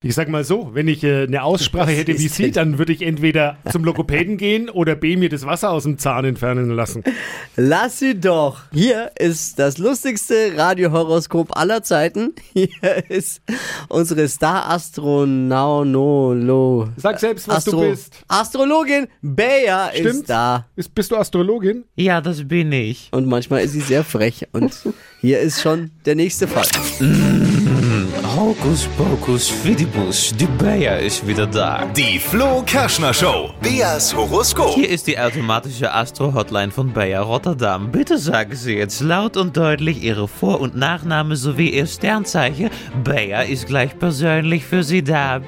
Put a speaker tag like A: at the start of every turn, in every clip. A: Ich sag mal so, wenn ich äh, eine Aussprache
B: Was
A: hätte wie
B: ist
A: sie,
B: denn?
A: dann würde ich entweder zum Logopäden gehen oder B mir das Wasser aus dem Zahn entfernen lassen.
B: Lass sie doch. Hier ist das lustigste Radiohoroskop aller Zeiten. Hier ist unsere Star-Astronaunologin.
A: Sag selbst, was du bist.
B: Astrologin Bea ist
A: Stimmt's?
B: da.
A: Ist, bist du Astrologin?
C: Ja, das bin ich.
B: Und manchmal ist sie sehr frech. Und hier ist schon der nächste Fall.
C: Hokus Pokus Fidibus, die Bayer ist wieder da.
D: Die Flo Kerschner Show. Beas Horoskop.
C: Hier ist die automatische Astro-Hotline von Bayer Rotterdam. Bitte sagen Sie jetzt laut und deutlich Ihre Vor- und Nachname sowie Ihr Sternzeichen. Bayer ist gleich persönlich für Sie da.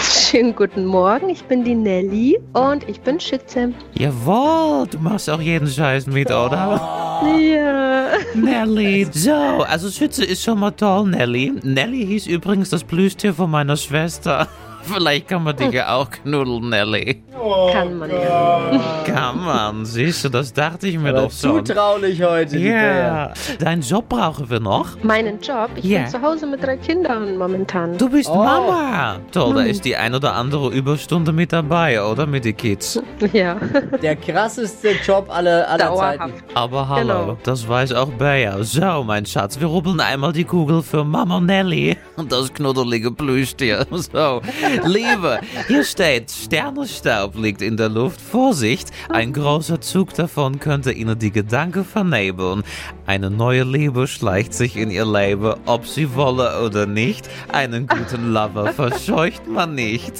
E: Schönen guten Morgen, ich bin die Nelly und ich bin Schütze.
C: Jawohl, du machst auch jeden Scheiß mit, oder?
E: Ja.
C: Nelly. So, also Schütze ist schon mal toll, Nelly. Nelly hieß übrigens das Plüschtier von meiner Schwester. Vielleicht kann man dich ja auch knuddeln, Nelly.
E: Kann man ja.
C: Kann man, siehst du, das dachte ich mir doch schon.
B: Zutraulich heute, die Bea.
C: Ja, deinen Job brauchen wir noch.
E: Meinen Job, ich
C: Ja.
E: bin zu Hause mit drei Kindern momentan.
C: Du bist Mama. Toll, da ist die ein oder andere Überstunde mit dabei, oder? Mit den Kids.
E: Ja,
B: Der krasseste Job aller, aller Zeiten.
E: dauerhaft.
C: Aber hallo,
E: Genau.
C: das weiß auch Bayer. So, mein Schatz, wir rubbeln einmal die Kugel für Mama Nelly und das knuddelige Plüschtier. So, Liebe, hier steht, Sternenstaub liegt in der Luft. Vorsicht, ein großer Zug davon könnte Ihnen die Gedanken vernebeln. Eine neue Liebe schleicht sich in Ihr Leben, ob Sie wolle oder nicht. Einen guten Lover verscheucht man nicht.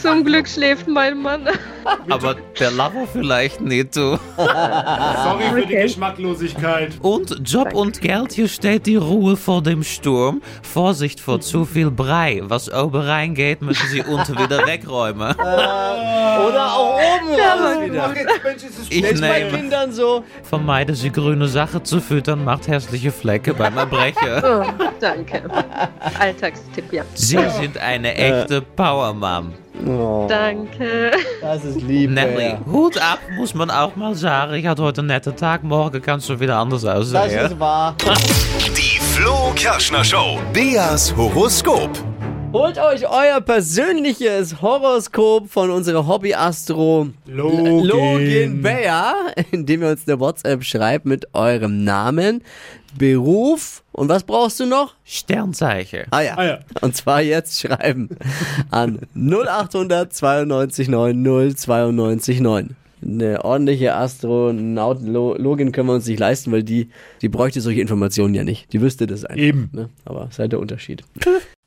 E: Zum Glück schläft mein Mann.
C: Aber der Lover vielleicht nicht, du.
A: Sorry für die Geschmacklosigkeit.
C: Und Job und Geld, hier steht die Ruhe vor dem Sturm. Vorsicht vor zu viel Brei. Was oben reingeht, müssen Sie unten wieder wegräumen.
B: Oder auch oben raus wieder.
C: Ich
B: Wenn bei
C: nehme,
B: Kindern so.
C: vermeide Sie grüne Sachen zu füttern, macht hässliche Flecke beim Erbrechen.
E: Oh, danke. Alltagstipp, ja.
C: Sie sind eine echte Powermom.
E: Danke.
B: Das ist lieb,
C: Nelly,
B: Bea.
C: Hut ab, muss man auch mal sagen. Ich hatte heute einen netten Tag, morgen kannst du wieder anders
B: Das
C: aussehen.
B: ist wahr.
D: Die Flo Kerschner Show. Beas Horoskop.
B: Holt euch euer persönliches Horoskop von unserer Hobby-Astro
A: Login.
B: Login Bayer, indem ihr uns eine WhatsApp schreibt mit eurem Namen, Beruf und was brauchst du noch?
C: Sternzeichen.
B: Ah ja.
A: Ah ja.
B: Und zwar jetzt schreiben an 0800 92 90 92 9. Eine ordentliche Astronautlogin können wir uns nicht leisten, weil die, die bräuchte solche Informationen ja nicht. Die wüsste das einfach.
A: Eben.
B: Ne? Aber seid der Unterschied.